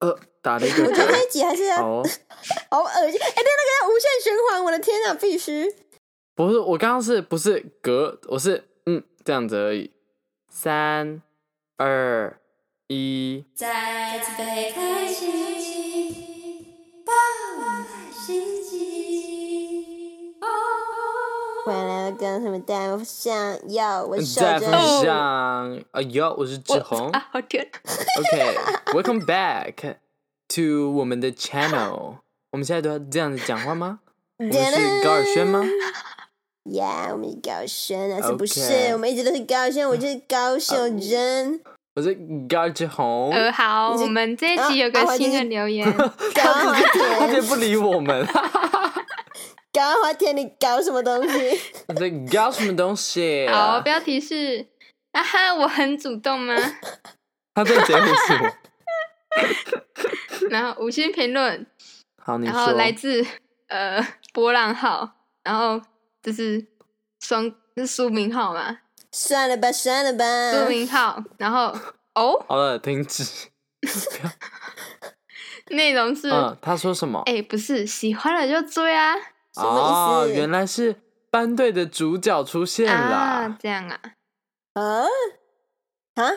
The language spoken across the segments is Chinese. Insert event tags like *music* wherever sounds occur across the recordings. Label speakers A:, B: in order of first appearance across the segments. A: 呃，打了一个
B: 我觉得这
A: 嗝。
B: 一集还是
A: 好、哦，
B: 好恶心！哎、对，那个要无限循环，我的天啊，必须！
A: 不是，我刚刚是不是嗝？我是嗯这样子而已。三二一，
C: 再次被开启，傍晚心机。哦
B: 我来跟什么大想要，我守
A: 再分
B: 着。
A: 享。哎呦，我是志宏。
D: 啊，好甜！
A: OK，welcome、back to 我们的 channel。我们现在都要这样子讲话吗？我们是高尔轩吗？
B: 呀，我们是高轩啊，是不是
A: OK
B: 我们一直都是高轩，我就是高秀珍。
A: 我是高志宏。
D: 呃，好，
B: 你是
D: 我们这一集有
B: 啊
D: 个
B: 我
D: 新
B: 今
D: 的
B: 天
D: 留
A: *laughs*
D: 言，
A: 嗯
B: 高华
A: 他就 *laughs*
B: 田，
A: 不理我们。
B: 高华田，你搞什么东西？
A: 你在搞什么东西？
D: 好，标题是啊哈，我很主动吗？
A: 他在节目是我。
D: 然后五星评论，
A: 好，你
D: 然
A: 说
D: 后。来自呃波浪号，然后这是双是书名号嘛，
B: 算了吧，算了
D: 书
B: 吧。
D: 名号，
A: *laughs*
D: 然后哦，
A: 好了，停止。
D: 内容是
A: 嗯，他说什么？
D: 哎、不是喜欢了就追啊
B: 什么
A: 哦，
B: 意思
A: 原来是班队的主角出现
D: 啊
A: 啦。
D: 这样啊，
B: 啊啊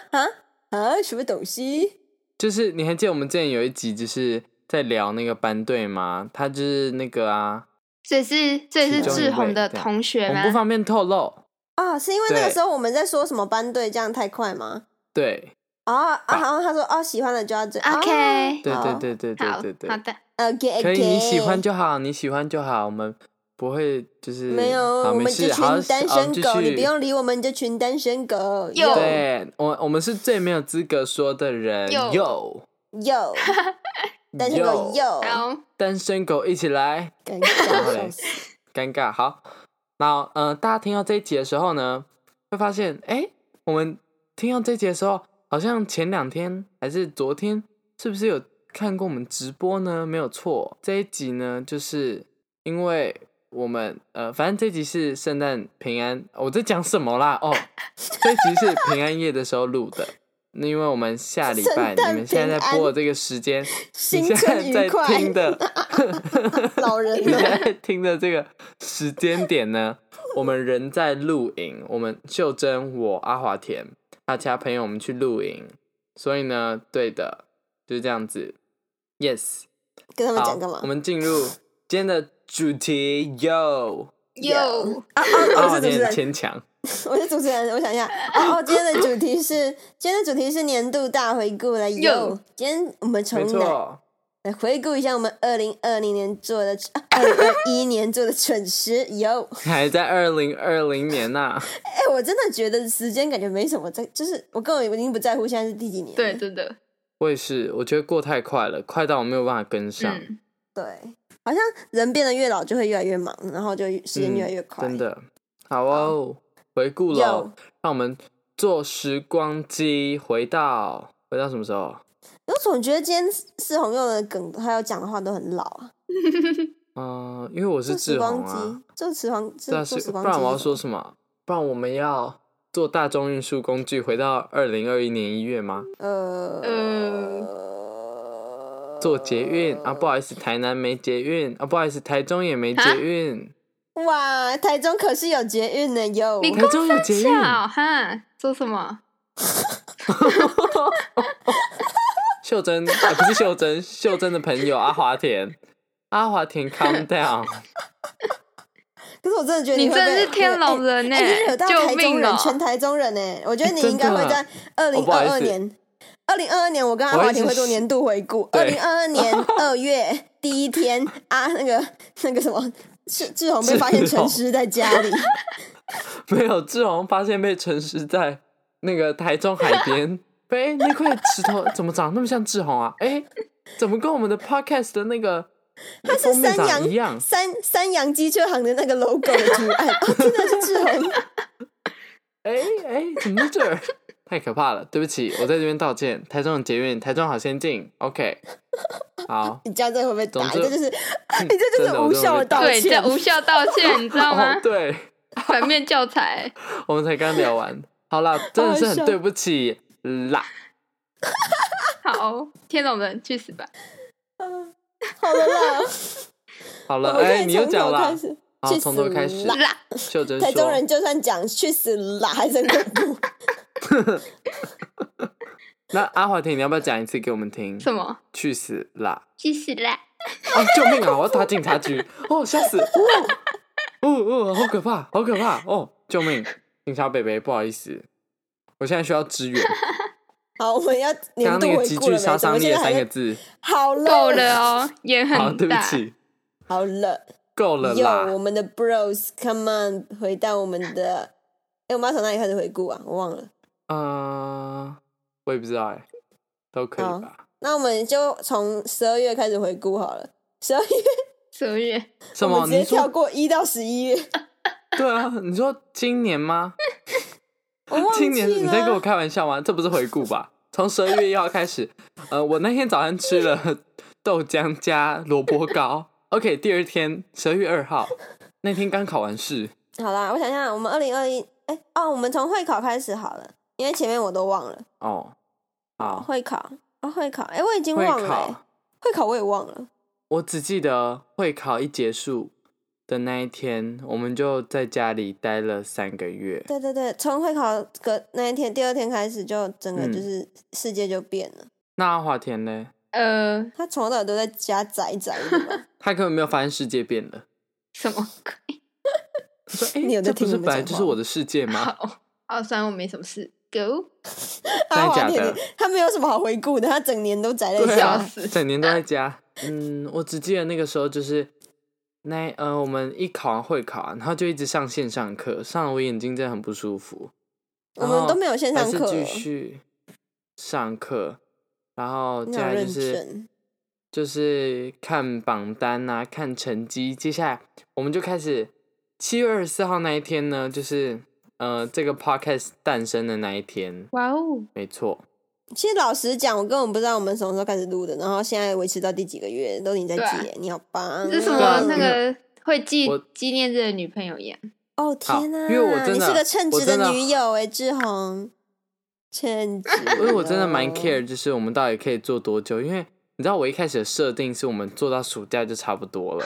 B: 啊啊！什么东西？
A: 就是你还记得我们之前有一集就是在聊那个班队吗？他就是那个啊，
D: 所以是所以
A: 其
D: 是
A: 中一
D: 志宏
A: 位
D: 的
A: 这样
D: 同学
A: 我
D: 吗
A: 们？不方便透露。
B: 啊，是因为那个
A: 对
B: 时候我们在说什么班队这样太快吗？
A: 对，
B: 啊啊！然后他说哦，喜欢了就要追。哦
D: OK
A: 对
B: 好
A: 对对对
D: 好
A: 对对
D: 好
A: 对，
D: 的，
B: OK OK，
A: 可以，你喜欢就好，你喜欢就好，我们不会就是
B: 没有，
A: 好
B: 我们
A: 没
B: 这
A: 事，
B: 群
A: 好，
B: 单
A: 好
B: 身
A: 继
B: 狗，你
A: 续
B: 不用理我们这群单身狗。
D: 哟
A: 对我，我们是最没有资格说的人。
D: 哟
A: 哟， *laughs*
B: 哟，单身狗
A: 哟，
B: 哟，
D: 好。
A: 单身狗一起来，
B: 尴
A: 然后
B: 尬笑
A: 嘞
B: 死。
A: 尴尬。好，那呃，大家听到这一集的时候呢，会发现，哎、我们听到这一集的时候，好像前两天还是昨天，是不是有看过我们直播呢？没有错，这一集呢，就是因为我们呃，反正这集是圣诞平安，我在讲什么啦？哦，这一集是平安夜的时候录的。那因为我们下礼拜，
B: 圣诞
A: 你们现在
B: 平
A: 在
B: 安
A: 播的这个时间，你
B: 新
A: 现在
B: 春愉
A: 在
B: 快
A: 听的， *laughs*
B: 老人
A: 你现
B: 了，
A: 在 *laughs* 听的这个时间点呢，我们人在露营，我们秀珍、我、阿华田，他其他朋友我们去露营，所以呢，对的，就是这样子。Yes，
B: 跟他们
A: 好
B: 讲干嘛，
A: 我？们进入今天的主题哟。
D: 又
A: 阿
B: 哦我
A: 华
B: 是
A: 田
B: 主持人
A: 很，牵强，
B: 我是主持人，我想一下，哦哦，今天的主题
A: *laughs*
B: 是今天的主题是年度大回顾了哟
D: 哟。
B: 今天我们
A: 没
B: 从哪
A: 错，
B: 来回顾一下我们二零二零年做的，二零二一年做的蠢事哟。
A: 还在二零二零年呐、
B: 哎、我真的觉得时间感觉没什么在，就是我根本已经不在乎现在是第几年了。
D: 对，真的，
A: 我也是，我觉得过太快了，快到我没有办法跟上，
D: 嗯，
B: 对，好像人变得越老就会越来越忙，然后就时间越来越
A: 嗯
B: 快。
A: 真的。好哦，回顾喽
B: 有。，
A: 让我们坐时光机回到回到什么时候？
B: 我总觉得今天四红佑的梗还有讲的话都很老啊。
A: 嗯、因为我是
B: 坐时
A: 志
B: 光
A: 宏啊
B: 机，，坐时光，
A: 对啊，
B: 坐坐
A: 是
B: 时
A: 不
B: 光机。
A: 然我要说，什么？不然我们要坐大众运输工具回到二零二一年一月吗？
B: 呃呃，
A: 坐捷运啊，不好意思，台南没捷运啊，不好意思，台中也没捷运，
B: 哇，台中可是有捷运呢，有。
D: 你
A: 台中有捷运，
D: 笑哈，说什么？
A: 秀珍、啊、不是秀珍，秀珍的朋友阿华田，阿华田 calm down，
B: 可是我真的觉得
D: 你
B: 会被
D: 真是天龙人呢
B: 哎、你惹到台
D: 救
B: 中
D: 命
B: 人，
D: 哦！
B: 全台中人呢、欸我觉得你
A: 哎真的
B: 应该会在二
A: 哦
B: 零
A: 不好
B: 二
A: 意
B: 二
A: 思
B: 年，二零二二年我跟阿华田会做年度回顾。二
A: 我一直
B: 零二
A: *laughs*
B: 二年二月第一天啊，那个那个什么，志志宏被发现
A: 志宏
B: 沉尸在家
A: *laughs*
B: 里，
A: 没有志宏发现被沉尸在那个台中海
B: *laughs*
A: 边，哎、那块石头怎么长那么像志宏啊？哎、怎么跟我们的 podcast 的那个
B: 他是
A: 封面
B: 三
A: 长一样
B: 洋？三三洋机车行的那个 logo 的图案， *laughs* 哦、真的是志宏。 *laughs*
A: 哎哎、怎么在这儿？太可怕了，对不起，我在这边道歉。台中的捷运，台中好先进，OK，好，
B: 你这样真的会被打，
A: 总
B: 你
A: 之 *laughs*
B: 这就是
A: 嗯
B: 你这就
A: 真
B: 是
A: 的我
B: 无
A: 真的
B: 效
A: 会
B: 的道
D: 对，
B: 歉
D: 这。无效道
A: *laughs*
D: 歉，你知道吗
A: 哦，？对，
D: 反面教材，
A: 我们才刚聊完，好啦，真的是很对不起啦。
D: 好，天龙人去死吧！
B: 好了啦，
A: 好
B: 我
A: 了，
B: 们可
A: 哎、
B: 以
A: 你又
B: 从
A: 讲
B: 头
A: 了
B: 开，始。
A: 好，
B: 去
A: 从头
B: 死
A: 开始
B: 啦。
D: 啦，
A: 秀珍
B: 台中
A: 说，
B: 人就算讲去死啦，还是很恐怖。
A: 那阿华田，你要不要讲一次给我们听？
D: 什么？
A: 去死啦！
D: 去死啦！
A: 啊！救命啊！我要打警察局！哦，吓死！哦哦哦，好可怕，好可怕！哦，救命！警察北北，不好意思，我现在需要支援。
B: *laughs* 好，我们要年
A: 刚刚
B: 度
A: 那个
B: 回
A: 极
B: 顾
A: 具
B: 了没？
A: 杀
B: 怎
A: 伤
B: 么
A: 力
B: 现
A: 的
B: 在还
A: 三个
B: 在？
A: 字，
B: 好了，
D: 够了
A: *laughs*
D: 哦，也很大。
A: 好，对不起，
B: 好了，
A: 够了
B: 有我
A: 啦。
B: 们的 Bros，Come on，回到我们
A: *laughs*
B: 的。哎，我们要从哪里开始回顾啊？我忘了。
A: 嗯，我也不知道哎，都可以吧？
B: 那我们就从十二月开始回顾好了。十二月，
D: 十二月
A: 什
B: 我
A: 么？
B: 们直接
A: 你
B: 跳
A: 说
B: 过一到十
A: *laughs*
B: 一月，
A: 对啊？你说今年吗？
B: 我忘
A: 今
B: 记
A: 年
B: 了。
A: 你在跟我开玩笑吗？这不是回顾吧？从十二月一号开始，呃，我那天早上吃了
B: *laughs*
A: 豆浆加萝卜糕。OK，第二天十二月二号，那天刚考完试，
B: 好啦，我想想，我们二零二一，哎，哦，我们从会考开始好了，因为前面我都忘了。
A: 哦，好，
B: 会考啊、哦会考，哎，我已经
A: 会
B: 忘了、哎
A: 考，
B: 会考我也忘了。
A: 我只记得会考一结束的那一天，我们就在家里待了三个月。
B: 对对对，从会考隔那一天，第二天开始就整个
A: 嗯
B: 就是世界就变了。
A: 那阿华田呢？
D: 呃，
B: 他从头到尾都在家宅宅的
A: *laughs*
B: 吧？
A: 他根本没有发现世界变了。
D: 什么鬼？
A: 他说：“哎、
B: *laughs* 你有在
A: 这不
B: 听
A: 是
B: 我们
A: 本来
B: 讲
A: 就是
B: 话
A: 我的世界吗？
D: 好，好，虽然我没什么事，Go，
A: 真的
B: 阿华
A: 假
B: 田
A: 的？
B: 他没有什么好回顾的，他整年都宅在
A: 对
B: 家
A: 啊
D: 笑。死！
A: 整年都在
B: *laughs*
A: 家。嗯，我只记得那个时候就是那呃，我们一考完会考啊，然后就一直上线上课，上了我眼睛真的很不舒服。
B: 我
A: 然
B: 们
A: 后
B: 都没有线
A: 还
B: 上
A: 是
B: 课
A: 继
B: 哦，
A: 续上课，然后
B: 你
A: 接
B: 好
A: 下来
B: 认
A: 就是
B: 真。
A: 就是看榜单啊，看成绩。接下来我们就开始七月二十四号那一天呢，就是呃这个 podcast 诞生的那一天，
D: 哇哦，
A: 没错。
B: 其实老实讲，我根本不知道我们什么时候开始录的，然后现在维持到第几个月都已经在
D: 对啊
B: 记耶，你好棒！
D: 这是什
A: 对啊
D: 么那个会记
A: 我
D: 纪念日的女朋友一样？
B: 哦天哪、
A: 因为我真的
B: 你是个称职
A: 我真的
B: 女友哎、志宏，称职。
A: 因为我真的
B: 哦
A: 蛮 care，就是我们到底可以做多久？因为你知道，我一开始的设定是我们做到暑假就差不多
B: *laughs*
A: 了。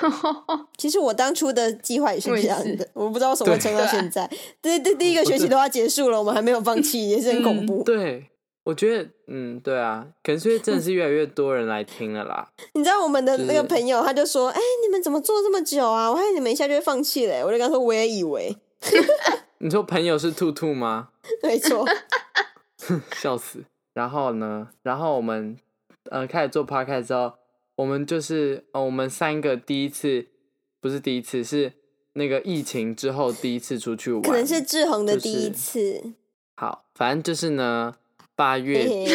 B: 其实我当初的计划也是这样
D: 我也
B: 的，我不知道为什么会撑到现在。这这第一个学期都要结束了，我们还没有放弃，也是很恐怖。
A: 对，我觉得，嗯，对啊，可能是因为真的是越来越多人来听了啦。
B: 你知道我们的
A: 就
B: 那个
A: 是
B: 朋友，他就说：“哎、你们怎么做这么久啊？我害你们一下就会放弃嘞、我就跟他说：“我也以为， *laughs*
A: 你说朋友是兔兔吗？ *laughs*
B: 没错，
A: 笑死。然后呢，然后我们呃开始做 podcast 之后，我们就是呃我们三个第一次不是第一次是那个疫情之后第一次出去玩，
B: 可能是志宏的
A: 就是
B: 第一次。
A: 好，反正就是呢八月
B: 嘿嘿，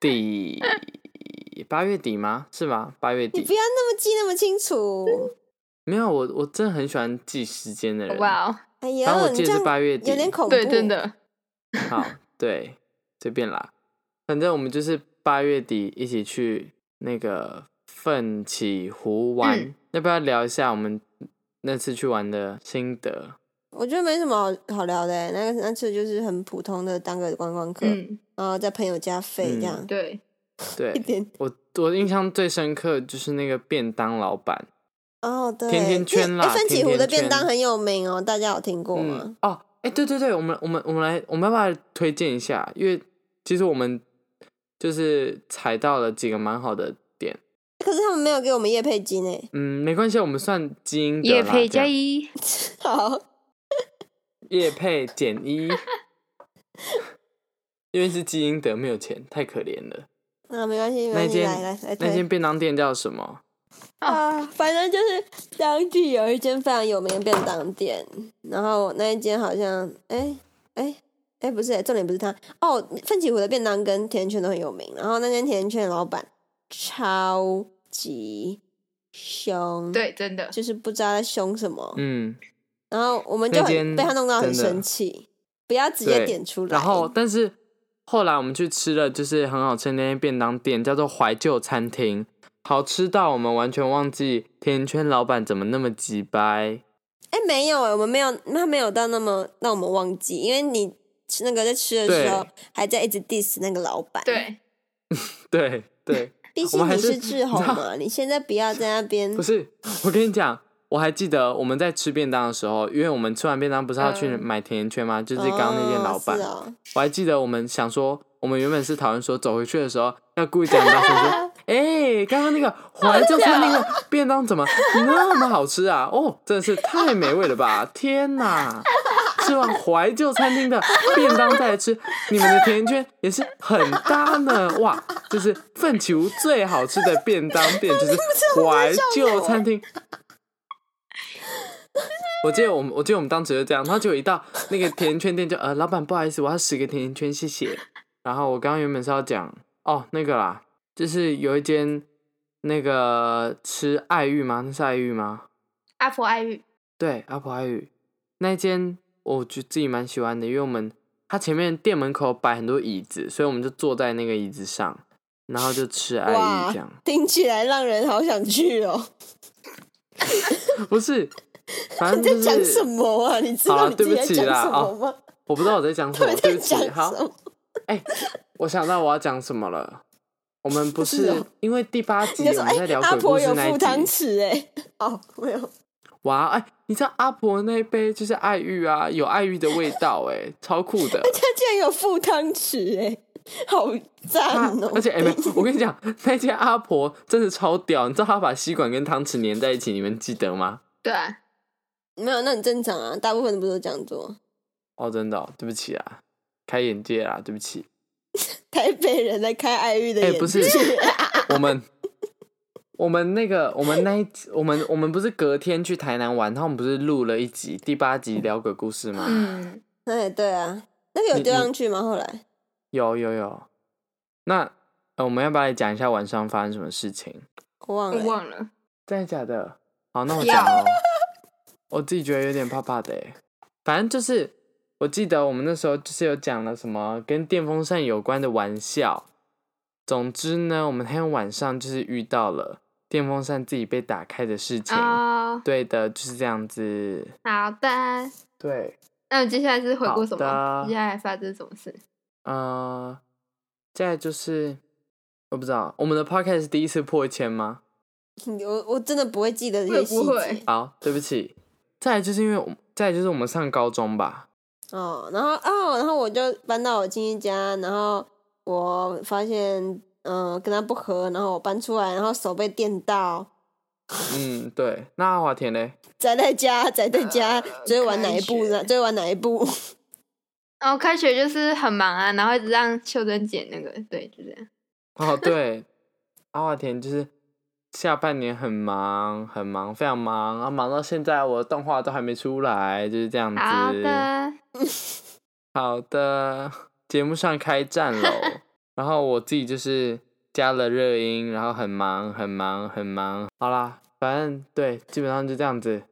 A: 底八月底吗？是吗？八月
B: 你
A: 底
B: 不要那么记那么清楚。
A: 没有我，我真的很喜欢记时间的人。
D: 哇哦，
B: 哎
A: 反正
B: 呀，
A: 我
B: 你
A: 记
B: 这
A: 得是
B: 样
A: 八月底，
B: 有点恐怖，
D: 对，真。的，
A: 好，对，随便啦。反正我们就是八月底一起去那个奋起湖玩，
D: 嗯
A: 要不要聊一下我们那次去玩的心得？
B: 我觉得没什么好好聊的、欸那个那次就是很普通的当个观光客，
D: 嗯，
B: 然后在朋友家飞
A: 嗯
B: 这样，
D: 对，
B: 一
A: 对啊
B: 点
A: 我，我印象最深刻就是那个便当老板，
B: 哦，对，
A: 甜甜圈啦
B: 哎奋起湖的
A: 甜甜圈
B: 便当很有名哦，大家有听过吗？
A: 嗯、哦，哎、对对对，我们我们我们来，我们要不要来推荐一下？因为其实我们就是踩到了几个蛮好的点，
B: 可是他们没有给我们叶配金
A: *laughs*
B: 欸诶。
A: 嗯，没关系，我们算基因
D: 也
A: 的啦
D: 配
A: 这样
D: 加一，
B: *laughs* 好，
A: 叶配减一，因为是基因德没有钱，太可怜了。
B: 那没关系，
A: 那
B: 没关系，
A: 间
B: 来来来
A: 那
B: 推
A: 间便当店叫什么？
B: 啊，反正就是当地有一间非常有名的便当店，然后那一间好像哎哎哎不是、重点不是他哦，奋起湖的便当跟甜甜圈都很有名，然后那间甜甜圈的老板超级凶，，
D: 对，真的，
B: 就是不知道在凶什么，
A: 嗯，
B: 然后我们就
A: 那间
B: 很被他弄到很
A: 真的
B: 生气，不要直接
A: 对
B: 点出来。
A: 然后但是后来我们去吃了，就是很好吃的那间便当店，叫做怀旧餐厅，好吃到我们完全忘记甜圈老板怎么那么鸡掰。
B: 哎、没有哎、我们没有，他没有到那么让我们忘记，因为你吃那个在吃的时候还在一直 diss 那个老板，，
D: 对，
A: 对对，
B: 毕
A: 我
B: 竟
A: 们还
B: 你
A: 是
B: 是志宏嘛，你现在不要在那边
A: *laughs* 不是，我跟你讲，我还记得我们在吃便当的时候，因为我们吃完便当不是要去
D: 嗯
A: 买甜甜圈吗？就是刚刚那间老板，
B: 哦是哦
A: 我还记得我们想说，我们原本是讨论说走回去的时候要故意讲很大声说，哎、刚刚那个怀旧餐那个便当怎么那么好吃啊？哦，真的是太美味了吧！天哪！吃完怀旧餐厅的便当再来吃你们的甜甜圈，也是很搭呢。哇，就是奋起湖最好吃的便当店，就是怀旧餐厅。我记得我们，我记得我们当时就这样，然后结果一到那个甜甜圈店就呃，老板不好意思，我要十个甜甜圈，谢谢。然后我刚刚原本是要讲哦那个啦，就是有一间那个吃爱玉吗？那是爱玉吗？
D: 阿婆爱玉，
A: 对，阿婆爱玉那一间，我觉得自己蛮喜欢的，因为我们它前面店门口摆很多椅子，所以我们就坐在那个椅子上，然后就吃爱玉
B: 哇
A: 这样。
B: 听起来让人好想去哦。
A: 不是，反正
B: 你在
A: 就
B: 讲
A: 是
B: 什么啊？你知
A: 好
B: 道
A: 啦
B: 你自己
A: 对
B: 在
A: 不起
B: 讲
A: 啦
B: 什么吗？
A: 我不知道我在讲什
B: 到
A: 么，
B: 底
A: 对
B: 在
A: 不起
B: 讲，
A: 好
B: 什。么？
A: 哎、我想到我要讲什么了。我们不
B: 是
A: 是
B: 哦
A: 因为第八集
B: 你就
A: 我
B: 说
A: 们在
B: 哎，
A: 聊
B: 阿
A: 鬼
B: 婆
A: 故事
B: 有
A: 那一
B: 赴汤
A: 集，
B: 匙哎，哦没有，
A: 哇，哎、你知道阿婆那一杯就是爱玉啊，有爱玉的味道、哎，超酷的。
B: 他竟然有赴汤匙哎，好赞
A: 她
B: 哦！
A: 而且哎、没，我跟你讲，那间阿婆真的超屌，你知道她把吸管跟汤匙粘在一起，你们记得吗？
D: 对啊，
B: 没有，那很正常啊，大部分不是都这样做。
A: 哦，真的哦、对不起啊，开眼界啦，对不起。
B: 台北人在开爱玉的
A: 哎、
B: 眼
A: 不是，我们 *laughs* 我们那个我们那一集我们我们不是隔天去台南玩，然后我们不是录了一集第八集聊鬼故事吗？
D: 嗯，
B: 哎，对啊，那个有
A: 你
B: 丢
A: 你
B: 上去吗？后来
A: 有有有。那、呃、我们要不要来讲一下晚上发生什么事情？嗯
B: 我忘
D: 我
B: 了。
D: 忘了，
A: 真的假的？好，那我
D: 要
A: 讲哦。我自己觉得有点怕怕的欸，反正就是我记得我们那时候就是有讲了什么跟电风扇有关的玩笑。总之呢，我们那天晚上就是遇到了电风扇自己被打开的事情。
D: 哦，
A: 对的，就是这样子。
D: 好的，
A: 对，
D: 那我接下来是回顾什
A: 好
D: 么？
A: 的
D: 接下来发生什么事？
A: 呃，再来就是我不知道我们的 podcast 是第一次破千吗？
B: 我我真的不会记得这
D: 我
B: 些
D: 也
B: 细
D: 不
B: 节
D: 会
A: 好，对不起。再来就是因为我们，再来就是我们上高中吧。
B: 哦。然后哦，然后我就搬到我亲戚家，然后我发现嗯、呃跟他不合，然后我搬出来，然后手被电到，
A: 嗯，对。那阿华田嘞？
B: 宅在家，宅在家，追玩哪一部呢？
D: 开学
B: 追玩哪一部？
D: 然后哦开学就是很忙啊，然后一直让秀珍姐那个，对，就这样。
A: 哦，对，阿华田就是下半年很忙，很忙，非常忙，然后忙到现在我的动画都还没出来，就是这样子。
D: 好的，
A: 好的，节目上开战喽。然后我自己就是加了热音，然后很忙，很忙，很忙。好啦，反正对，基本上就这样子。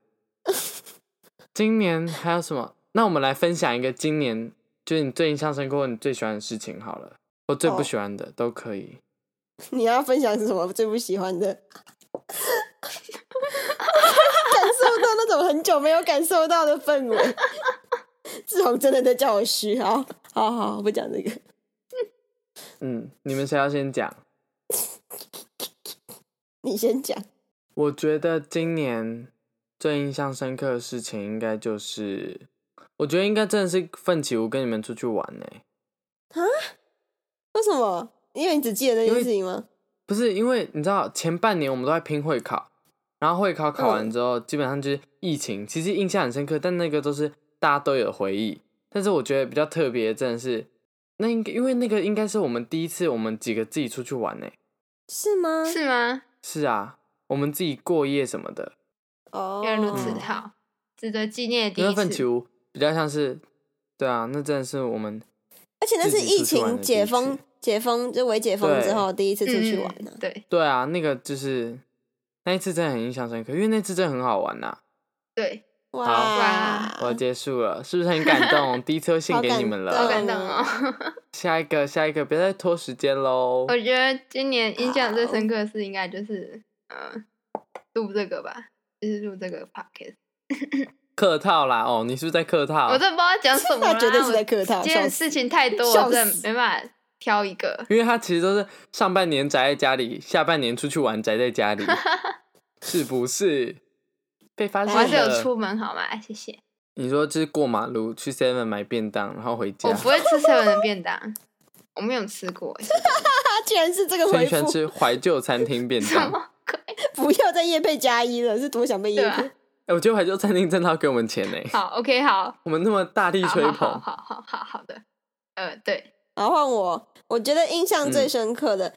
A: 今年还有什么？那我们来分享一个今年，就是你最印象深刻、你最喜欢的事情好了，或最不
B: 哦
A: 喜欢的、都可以。
B: 你要分享是什么最不喜欢的？ *laughs* 感受到那种很久没有感受到的氛围。志宏真的在叫我虚，好好好，我不讲这个。
A: 嗯，你们谁要先讲？
B: 你先讲，
A: 我觉得今年最印象深刻的事情，应该就是，我觉得应该真的是奋起湖跟你们出去玩欸呢、
B: 为什么？因为你只记得那件事情吗？
A: 不是因为你知道前半年我们都在拼会考，然后会考考完之后，基本上就是疫情。其实印象很深刻，但那个都是大家都有回忆。但是我觉得比较特别，真的是那应该因为那个应该是我们第一次我们几个自己出去玩呢、
B: 是吗？
D: 是吗？
A: 是啊，我们自己过夜什么的。
B: 哦，
D: 原来如此，
A: 嗯
D: 好，值得纪念的
A: 因为
D: 第
A: 奋
D: 一
A: 起
D: 次。
A: 屋比较像是，对啊，那真的是我们
B: 而且那是疫情
A: 自
B: 解
A: 己出去玩的第一
B: 封
A: 次，
B: 解封就微解封之后第一次出去玩呢、
D: 嗯对
A: 对啊，那个就是那一次真的很印象深刻，因为那次真的很好玩呐、
D: 对，
B: 哇，
D: *laughs*
A: 我结束了，是不是很感动？第一次就献
B: 啊好
A: 给你
B: 感
A: 们了。
B: 动
D: 好感动哦。
A: 下一个，下一个，别再拖时间喽。
D: *laughs* 我觉得今年印象最深刻的事，应该就是嗯，录这个吧，就是录这个 podcast。
A: 客套啦，哦，你是不是在客套？
D: 我真的不知道讲什么
B: 那
D: 啦，
B: 绝对是在
D: 我
B: 客套。
D: 今
B: 笑
D: 天
B: 死
D: 事情太多，
B: 笑
D: 我真的
B: 死
D: 没办法挑一个，
A: 因为他其实都是上半年宅在家里，下半年出去玩宅在
D: *laughs*
A: 家里，是不是？被发
D: 我
A: 现
D: 还是有
A: 了
D: 出门好吗？谢谢。
A: 你说就是过马路去 Seven 买便当，然后回家
D: 我。不会吃 seven 的便当，我没有吃过
A: *laughs*
D: 欸，
B: 他居然是这个
A: 所以
B: 回
A: 你喜欢
B: 复，
A: 吃怀旧餐厅便
D: *laughs* 什
A: 当。
D: 么鬼？
B: 不要再夜配加一了，是多想被夜
D: 对啊
B: 配？
D: 吧、
A: 哎、我觉得怀旧餐厅真的要给我们钱呢、
D: 好，OK，好，
A: 我们那么大力
D: 好
A: 吹
D: 好好
A: 捧，
D: 好好好好的，呃，对，
B: 然后换我，我觉得印象最
A: 嗯
B: 深刻的、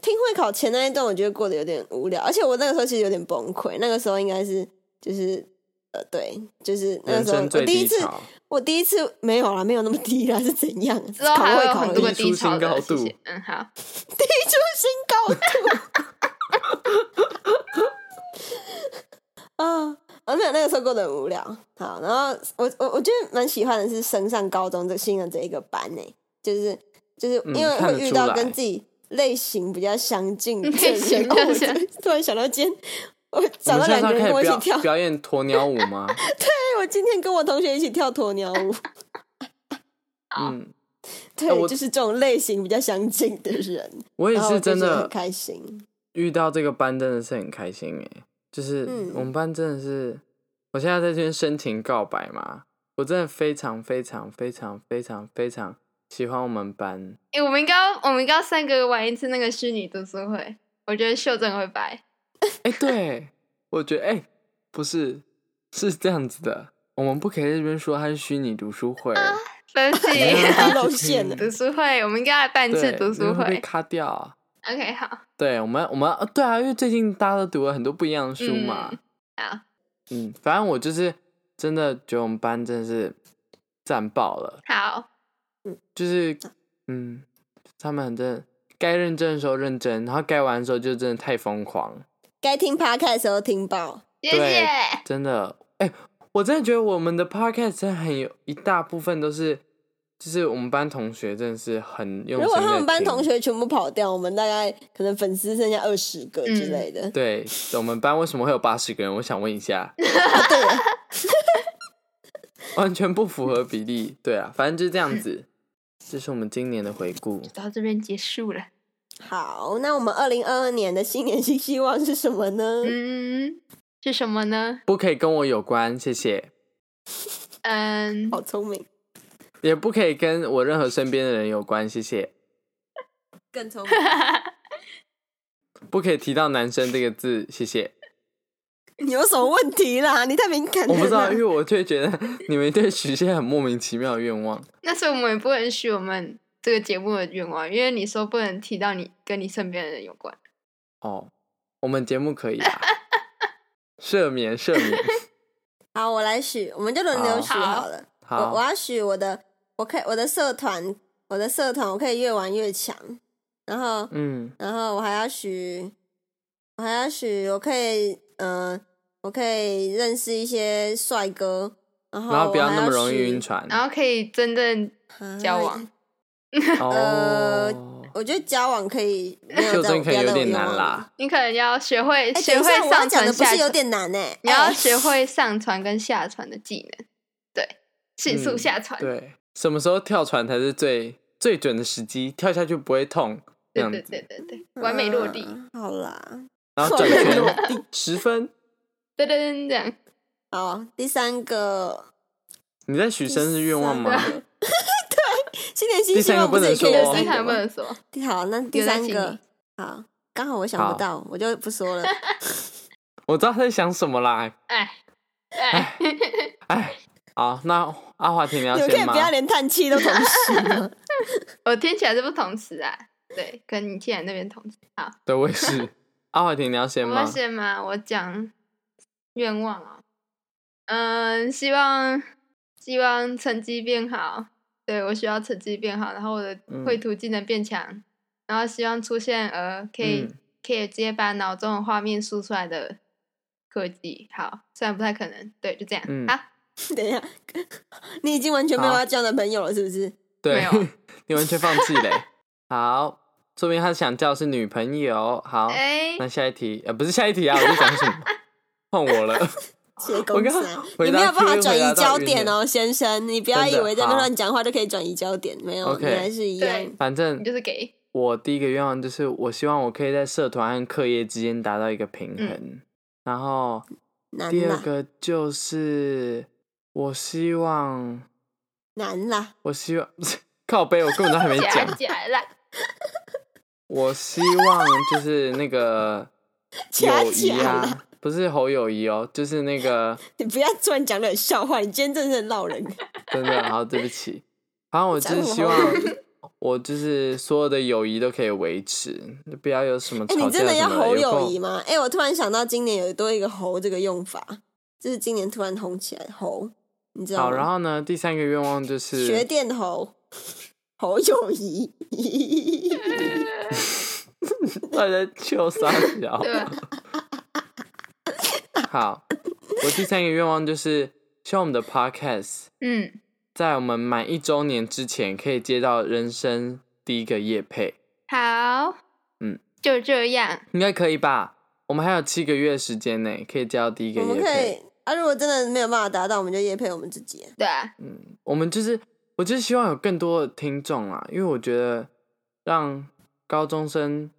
B: 听会考前那一段，我觉得过得有点无聊，而且我那个时候其实有点崩溃。那个时候应该是就是呃，对，就是那
A: 人
B: 个时候
A: 生
B: 我
A: 最
B: 第一
A: 低
B: 次，
A: 潮。
B: 我第一次没有啦，没有那么低啦，是怎样？
D: 之后
B: 考
D: 还
B: 会
D: 会有
B: 考
D: 很
B: 而
D: 多个
B: 已
A: 低
D: 低
A: 出
D: 潮
A: 新
D: 的，
A: 高
D: 谢
A: 度
D: 谢。嗯，好，
B: 低出新高度。 *laughs* 啊，而且那个时候过得很无聊。好，然后我我我觉得蛮喜欢的是升上高中这新的这一个班呢、就是就是
A: 嗯
B: 因为
A: 看
B: 会
A: 得
B: 遇
A: 出
B: 到
A: 来
B: 跟自己类型比较相近的
D: *laughs* 类型
B: 人，
D: 比
B: 哦
D: 较
B: 我
D: 相
B: 就 *laughs* 突然想到今天我
A: 我
B: 找
A: 们
B: 到
A: 现
B: 两
A: 在
B: 个
A: 要
B: 人跟我一起
A: 开始
B: 跳
A: 表，表演鸵鸟舞
D: *laughs*
A: 吗？
B: 对，我今天跟我同学一起跳鸵
A: *laughs*
B: 鸟舞，
D: 好
A: 嗯，
B: 对，
A: 我
B: 就是这种类型比较相近的人，
A: 我也
B: 然后
A: 是
B: 我就
A: 真
B: 觉得很
A: 的
B: 开心。
A: 遇到这个班真的是很开心哎、就是
B: 嗯
A: 我们班真的是，我现在在这边深情告白嘛，我真的非常非常非常非常非常喜欢我们班。
D: 哎、我们应该要，我们应该要三个月玩一次那个虚拟读书会，我觉得秀珍会白。
A: 哎、对， *laughs* 我觉得哎、不是，是这样子的，我们不可以在这边说它是虚拟读书会，*laughs* 没
D: 分
A: 有
D: 析
A: 大家
B: 啊哎露
A: 去
B: 馅了
A: 听
D: 读书会，我们应该来办一次
A: 对
D: 读书
A: 那会被
D: 会。
A: 卡掉啊。
D: OK，好，
A: 对，我们我们呃对啊，因为最近大家都读了很多不一样的书嘛。
D: 嗯好，
A: 嗯反正我就是真的觉得我们班真的是赞爆了，
D: 好，
A: 就是嗯，他们很真的该认真的时候认真，然后该玩的时候就真的太疯狂，
B: 该听 p o d 的时候听报，
D: 谢谢
A: 对。真的哎、我真的觉得我们的 podcast 真的很有一大部分都是。就是我们班同学真的是很用心。
B: 如果他们班同，学全部跑掉，我们大概可能粉丝剩下二十个之类的。
A: 对我们班为什么会有八十个人？我想问一下。
B: *laughs* 啊，对了，
A: *laughs* 完全不符合比例。对啊，反正就是这样子。这是我们今年的回顾。
D: 到这边结束了。
B: 好，那我们二零二二年的新年新希望是什么呢？
D: 嗯，是什么呢？
A: 不可以跟我有关，谢谢。
D: 嗯，
B: 好聪明，
A: 也不可以跟我任何身边的人有关，谢谢。
B: 更聪明。
A: 不可以提到男生这个字，谢谢。
B: *laughs* 你有什么问题啦？你太敏感了。
A: 我不知
B: *laughs*
A: 道，因为我就觉得你们对许一些很莫名其妙的愿望。
D: 那是我们也不允许我们这个节目的愿望，因为你说不能提到你跟你身边的人有关。
A: 哦，我们节目可以啊，赦免赦
B: *laughs*
A: 免。
B: 好，我来许，我们就轮流许好了。我我
A: 好，
B: 要许我的，我可以我的社团，我的社团我可以越玩越强。然后，
A: 嗯，
B: 然后我还要许，我还要许，我可以，呃，我可以认识一些帅哥，然后
A: 然后不
B: 我
A: 要
B: 还
A: 那么容易
B: 许
A: 晕船。
D: 然后可以真正
B: 啊
D: 交往。
B: 呃
A: 哦，
B: 我觉得交往可
A: *laughs*
B: 以没有
A: 秀
B: 在
A: 珍
B: 我
A: 可
B: 不
A: 以
B: 要在
A: 有
B: 我
A: 点
B: 愿
A: 难
B: 望里
A: 啦。
D: 你可能要学会、
B: 哎，
D: 学
B: 等一
D: 会
B: 下，我要
D: 上
B: 讲
D: 传
B: 的不
D: 下
B: 是有
D: 传，
B: 点难哎，
D: 你要
B: 哎
D: 学会上传跟下传的技能，对，迅速
A: 嗯
D: 下传，
A: 对，什么时候跳船才是最最准的时机？跳下去不会痛，这
D: 对
A: 样
D: 对
A: 子，
D: 对对对，完美落地，
B: 嗯好啦，
A: 然后转圈十分。
D: 噔噔这样，
B: 好，第三个，
A: 你在许生日愿望吗
B: 第？
D: *laughs*
B: 三个对，新年
A: 第
B: 新希
A: 三个
B: 望
A: 不
B: 不是
A: 能
B: 也可以有
A: 说哦
D: 你
B: 三
D: 还
B: 个
D: 不
B: 吗
D: 能说，
B: 好，那第
D: 留在
B: 三
D: 心
B: 个
D: 里，
B: 好，刚好我想
A: 好
B: 不到，我就不说
D: *laughs*
B: 了。
A: *laughs* 我知道他在想什么啦。
D: 哎哎，
A: 哎，好，那阿华田你要
B: 你们可
A: 先
B: 以
A: 吗
B: 不？要连叹气都同时吗？
D: *laughs* 我听起来是不同词啊，对，跟你听起来那边同词，好。
A: 对，我也
D: *laughs*
A: 是。阿华田你要先
D: 我要
A: 吗？
D: 先吗？我讲愿望啊、嗯，希望希望成绩变好，对我需要成绩变好，然后我的
A: 嗯
D: 绘图技能变强，然后希望出现呃可以、
A: 嗯
D: 可以直接把脑中的画面输出来的科技，好，虽然不太可能，对，就这样，
A: 嗯
D: 好，
B: *laughs* 等一下，你已经完全没有
A: 好
B: 要交男朋友了，是不是？
A: 对
D: 没有，
A: *laughs* 你完全放弃嘞。好，说明他想叫的是女朋友。好，
D: 哎、 *laughs*
A: 那下一题，呃，不是下一题啊，我在讲什么？换我了。
B: 谢公
A: 刚
B: 司啊
A: 回
B: 你
A: 答
B: 没有办法
A: Q
B: 转
A: 回答到
B: 移焦
A: 晕
B: 点
A: 了
B: 哦，先生，你不要
A: 真
B: 以
A: 的
B: 为在那
A: 好
B: 乱讲话就可以转移焦点，没有，你
A: OK
B: 还是一
D: 对
B: 样。
A: 反正
D: 你就是给
A: 我第一个愿望就是，我希望我可以在社团和课业之间达到一个平衡。
D: 嗯
A: 然后
B: 难
A: 第二
B: 啦，
A: 个就是，我希望，
B: 难啦，
A: 我希望 *laughs* 靠背，我根本都还没
D: 假
A: 讲。
D: 假啦，
A: 我希望就是那个
B: *laughs* 假
A: 友谊
B: 假啦
A: 啊，不是侯友谊哦，就是那个
B: 你不要突然讲点笑话，你今天真的是很
A: *laughs*
B: 闹人。
A: 真的，好，对不起。反正我就是希望 *laughs* 我就是所有的友谊都可以维持，不要有什么吵
B: 哎、
A: 架
B: 你真
A: 什么
B: 的
A: 的。
B: 要侯
A: 有
B: 友
A: 空
B: 谊吗？哎、我突然想到今年有多一个“侯”这个用法，就是今年突然红起来，侯，你知道吗？
A: 好，然后呢，第三个愿望就是 *laughs*
B: 学电侯， *laughs* 侯友谊，
A: 大家求三小。
B: *laughs*
D: 对
A: *laughs*
D: 吧？
A: 好，我第三个愿望就是希望我们的 podcast
D: 嗯，
A: 在我们满一周年之前可以接到人生第一个夜配，
D: 好，
A: 嗯，
D: 就这样，
A: 应该可以吧？我们还有七个月的时间呢，可以接到第一个
B: 我们
A: 夜
B: 可
A: 配。
B: 以啊。如果真的没有办法达到，我们就夜配我们自己。
D: 对啊，
A: 嗯，我们就是，我就是希望有更多的听众啦，因为我觉得让高中生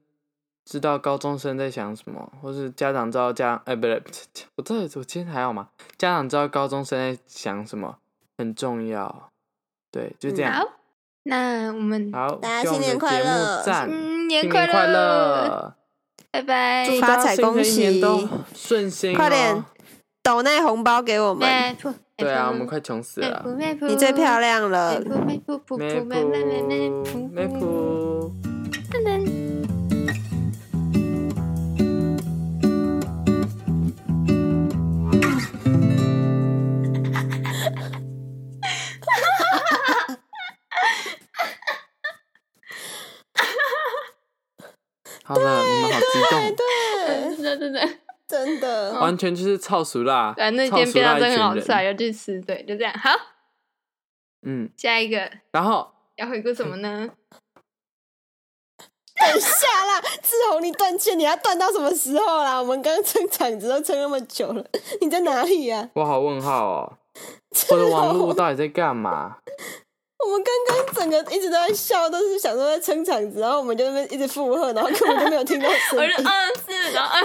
A: 知道高中生在想什么，或是家长知道家，哎、不对， *laughs* 我这我今天还好吗？家长知道高中生在想什么很重要。对，就这样。
D: 好，那我们
A: 好，
B: 嗯大家
A: 希望我们
B: 新年
A: 的
B: 快
A: 节目
B: 乐嗯
A: 赞
D: 新年
A: 新
D: 快
A: 年快
D: 乐
A: 乐，
D: 拜拜，
A: 祝
B: 发
A: 哎大家
B: 财
A: 新的
B: 恭
A: 一年都
B: 喜
A: 顺心、哦。
B: 快点抖内红包给我们，
D: 卖铺，
A: 对啊，我们快穷死
D: 卖
A: 了
D: 铺。卖铺，
B: 你最漂亮
D: 卖
B: 了。
D: 铺，卖铺，铺
A: 梅
D: 铺，卖卖卖卖
A: 普
D: 铺，
A: 梅普。好了，你们好激动，
B: 对，
D: 真的真的，
B: *laughs* 真的。
D: 哦
A: 完全就是超熟啦，
D: 反正那
A: 超
D: 间
A: 熟
D: 便
A: 辣
D: 当
A: 一
D: 真的很好
A: 群
D: 吃啊，
A: 人。
D: 要去吃，对，就这样，好，
A: 嗯，
D: 下一个
A: 然后
D: 要回顾什么呢？
B: 等一下啦，志宏，你断线，你要断到什么时候啦？我们刚撑场子都撑那么久了，你在哪里呀、
A: 我好问号
B: *laughs*
A: 哦，
B: 志
A: 我
B: 宏，
A: 的网络到底在干嘛？
B: 我们刚刚整个一直都在笑，都是想说在撑场子，然后我们就在那边一直附和，然后根本就没有听到声
D: *laughs* 我
B: 音
D: 就。嗯是，然后嗯，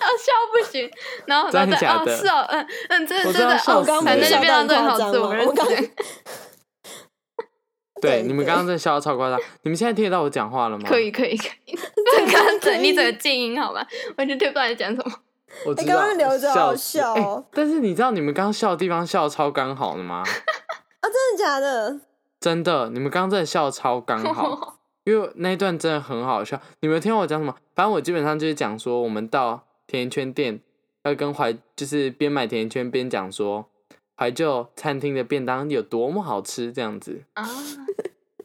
D: 然后笑不行，然后
A: 真的
D: 然
A: 假
D: 后再
A: 的
D: 哦是哦，嗯嗯，真
A: 我真
D: 的真
A: 的
D: 的，
A: 笑
D: 哦
B: 我刚刚
D: 反
B: 不
D: 正
B: 是
D: 就
B: 笑
D: 便
B: 到
D: 当
B: 很
D: 真的
B: 夸
D: 好
B: 张
D: 吃，
B: 吗？
D: 我认
B: 我刚
D: 识。
A: 对，
B: 对
A: 你们刚刚真的笑到超夸张。你们现在听得到我讲话了吗？
D: 可，以可以可以，
B: *laughs*
D: 刚刚
B: 可以
D: 整你整个静音好吧，我就对不知道你讲什么。
A: 我知
B: 哎
A: 道。
B: 刚刚留着好
A: 死
B: 笑哦
A: 哎但是你知道你们刚刚笑的地方笑得超刚好的吗？
B: 啊，真的假的？
A: 真的，你们刚刚真的笑得超刚
D: *laughs*
A: 好，因为那一段真的很好笑。你们有听我讲什么？反正我基本上就是讲说，我们到甜甜圈店要跟怀，就是边买甜甜圈边讲说怀旧餐厅的便当有多么好吃这样子。
D: 啊，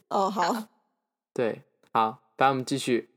B: 哦，好，
A: 对，好，反正我们继续。